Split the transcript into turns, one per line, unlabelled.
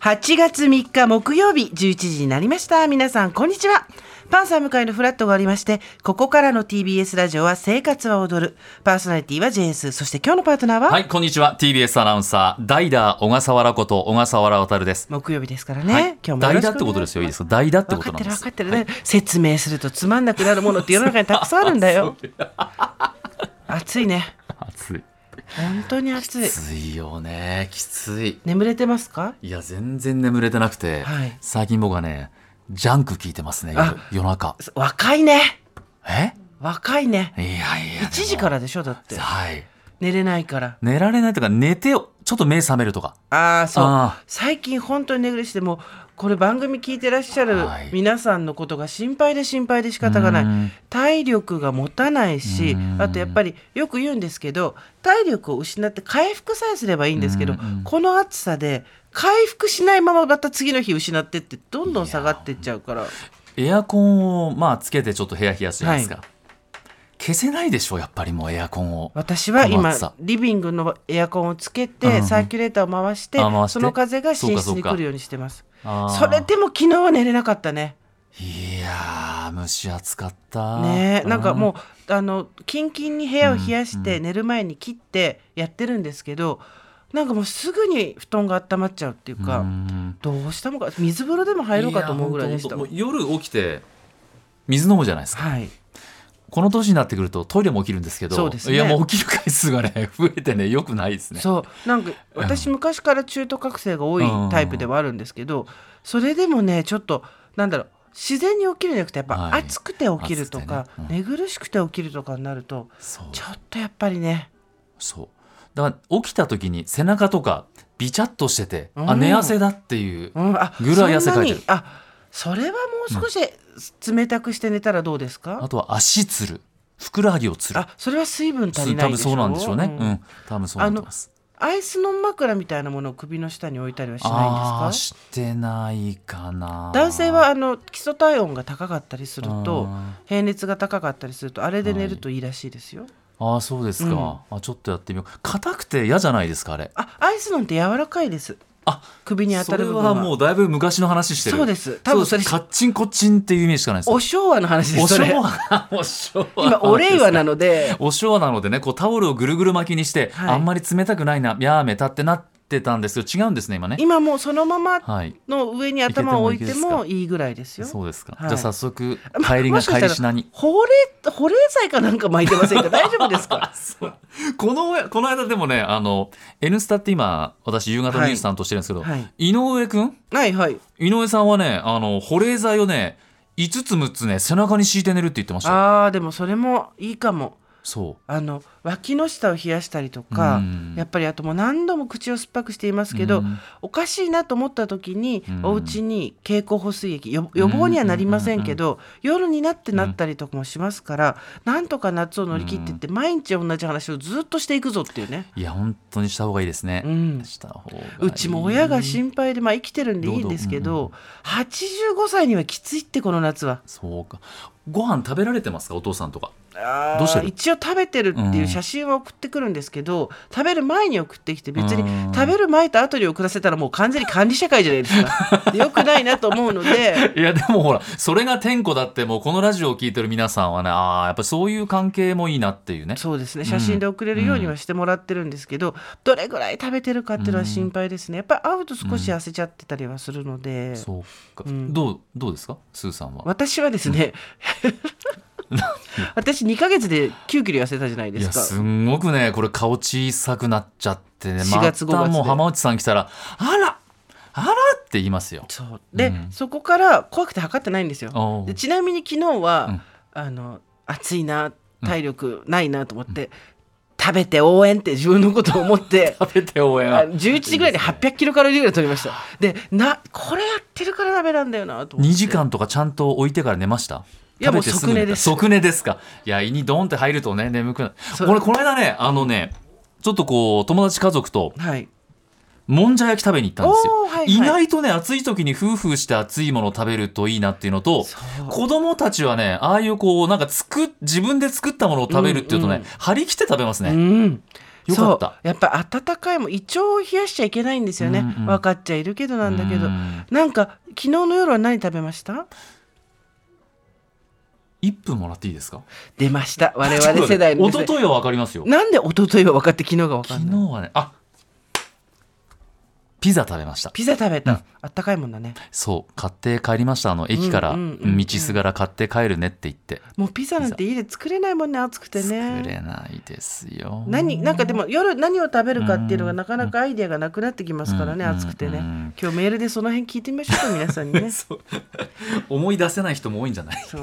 8月3日木曜日11時になりました。皆さん、こんにちは。パンサー向かいのフラットがありまして、ここからの TBS ラジオは生活は踊る。パーソナリティはジェンス。そして今日のパートナーは
はい、こんにちは。TBS アナウンサー、代打小笠原こと小笠原渉です。
木曜日ですからね。はい、
今日も代打ってことですよ。いいですか代打ってことなんです。
分かってる、分かってる、ね、はい、説明するとつまんなくなるものって世の中にたくさんあるんだ よ。暑いね。
暑い。
本当に暑い。
きついよね。きつい。
眠れてますか
いや、全然眠れてなくて、はい、最近僕はね、ジャンク聞いてますね、夜中。
若いね。
え
若いね。
いやいや。
1時からでしょ、だって。
はい。
寝れないから。
寝られないとか、寝て、ちょっと目覚めるとか。
ああ、そう。最近本当に寝苦しくて、もこれ番組聞いてらっしゃる皆さんのことが心配で心配で仕方がない、はい、体力が持たないしあとやっぱりよく言うんですけど体力を失って回復さえすればいいんですけどこの暑さで回復しないまままた次の日失ってってどんどん下がってっちゃうから
エアコンをまあつけてちょっと部屋冷やすじゃないですか、はい、消せないでしょやっぱりもうエアコンを
私は今リビングのエアコンをつけて、サーキュレーターを回して、うん、その風が寝室に来るようにしてますそれでも昨日は寝れなかったね
いや蒸し暑かった
ねなんかもう、うん、あのキンキンに部屋を冷やして寝る前に切ってやってるんですけど、うん、なんかもうすぐに布団が温まっちゃうっていうか、うん、どうしたのか水風呂でも入ろうかと思うぐらいでした
夜起きて水飲むじゃないですか、
はい、
この年になってくるとトイレも起きるんですけど、
ね、
いやもう起きる回数がね 増えてねよくないですね
そうなんか私昔から中途覚醒が多いタイプではあるんですけど、うん、それでもねちょっとなんだろう自然に起きるんじゃなくてやっぱ暑くて起きるとか、はいねうん、寝苦しくて起きるとかになるとちょっとやっぱりね
そうだから起きた時に背中とかビチャッとしてて、うん、あ寝汗だっていうぐらい汗かいてる、うん
あそれはもう少し冷たくして寝たらどうですか、
あとは足つるふくらはぎをつる
あそれは水分足りない
でしょ多分そうなんでしょうね、うん、うん、多分そうなんです
アイスの枕みたいなものを首の下に置いたりはしないんですか
してないかな
男性はあの基礎体温が高かったりすると平熱が高かったりするとあれで寝るといいらしいですよ、はい
ああそうですか、うん、あちょっとやってみよう硬くて嫌じゃないですかあれ
あアイスなんて柔らかいです
あ
首に当たる部
分はもうだいぶ昔の話してる
そうです多分それ
カッチンコッチンっていうイメージしかないです
お昭和の話です
お昭和 お昭和
今お令和なので
お昭和なのでねこうタオルをぐるぐる巻きにして、はい、あんまり冷たくないなやーめたってなってたんですけど違うんですね今ね
今もうそのままの上に頭を置いてもいいぐらいですよ、
そうですか、はい、じゃあ早 速帰りが帰り しなに
保冷保冷剤かなんか巻いてませんか大丈夫です か
このこの間でもねあの「N スタ」って今私夕方ニュース担当してるんですけど、はい、井上君、
はいはい、
井上さんはねあの保冷剤をね5つ6つね背中に敷いて寝るって言ってました
あでもそれもいいかも
そう
あの脇の下を冷やしたりとか、うん、やっぱりあともう何度も口を酸っぱくしていますけど、うん、おかしいなと思った時に、うん、お家に経口補水液予防にはなりませんけど、夜になってなったりとかもしますから、うん、なんとか夏を乗り切ってって、毎日同じ話をずっとしていくぞっていうね
いや本当にした方がいいですね、
うん、
した方
うちも親が心配で、まあ、生きてるんでいいんですけど85歳にはきついってこの夏は
そうかご飯食べられてますかお父さんとか
あどうして一応食べてるっていう写真は送ってくるんですけど、うん、食べる前に送ってきて別に食べる前と後に送らせたらもう完全に管理社会じゃないです かよくないなと思うので
いやでもほらそれが天子だってもうこのラジオを聞いてる皆さんはねああやっぱそういう関係もいいなっていうね
そうですね写真で送れるようにはしてもらってるんですけど、うん、どれぐらい食べてるかっていうのは心配ですねやっぱり会うと少し痩せちゃってたりはするので、
うん、そうか、どうどうですかスーさんは
私はですね、 私2か月で9キロ痩せたじゃないですか
すごくねこれ顔小さくなっちゃってね4月5月またもう浜内さん来たら「あらあら!」って言いますよ
そうで、うん、そこから怖くて測ってないんですよでちなみに昨日は、うん、あの暑いな体力ないなと思って、うん、食べて応援って自分のことを思って
食べて応援
11時ぐ らいで800キロカロリーぐらい取りましたでなこれやってるからダメなんだよなと思
2時間とかちゃんと置いてから寝ました
いやもう即寝です
即寝ですかいや胃にドンって入るとね眠くなる俺この間ねあのねちょっとこう友達家族と、
はい、
もんじゃ焼き食べに行ったんですよ、
はいはい、
意外とね暑い時に夫婦して暑いものを食べるといいなっていうのと子供たちはねああいうこうなんかつく自分で作ったものを食べるっていうとね、うんうん、張り切って食べますね、
うん
よかった
やっぱ温かいも胃腸を冷やしちゃいけないんですよね、
うんうん
分かっちゃいるけどなんだけど、
うん
なんか昨日の夜は何食べました
一分もらっていいですか
出ました我々世代の
一昨日はわかりますよ
なんで一昨日は分かって昨日が分か
昨
ん
日
ない
はねあピザ食べました
ピザ食べた、
うん
あったかいもんだね
そう買って帰りましたあの駅から
う
道
んうんうんうん
すがら買って帰るねって言って
もうピザなんて家で作れないもんね暑くて
作
ね
れないですよ
何なんかでも夜何を食べるかっていうのがなかなかアイデアがなくなってきますからね、
うん
暑くてね、
うん
今日メールでその辺聞いてみましょうか皆さんにね
そう思い出せない人も多いんじゃない
そう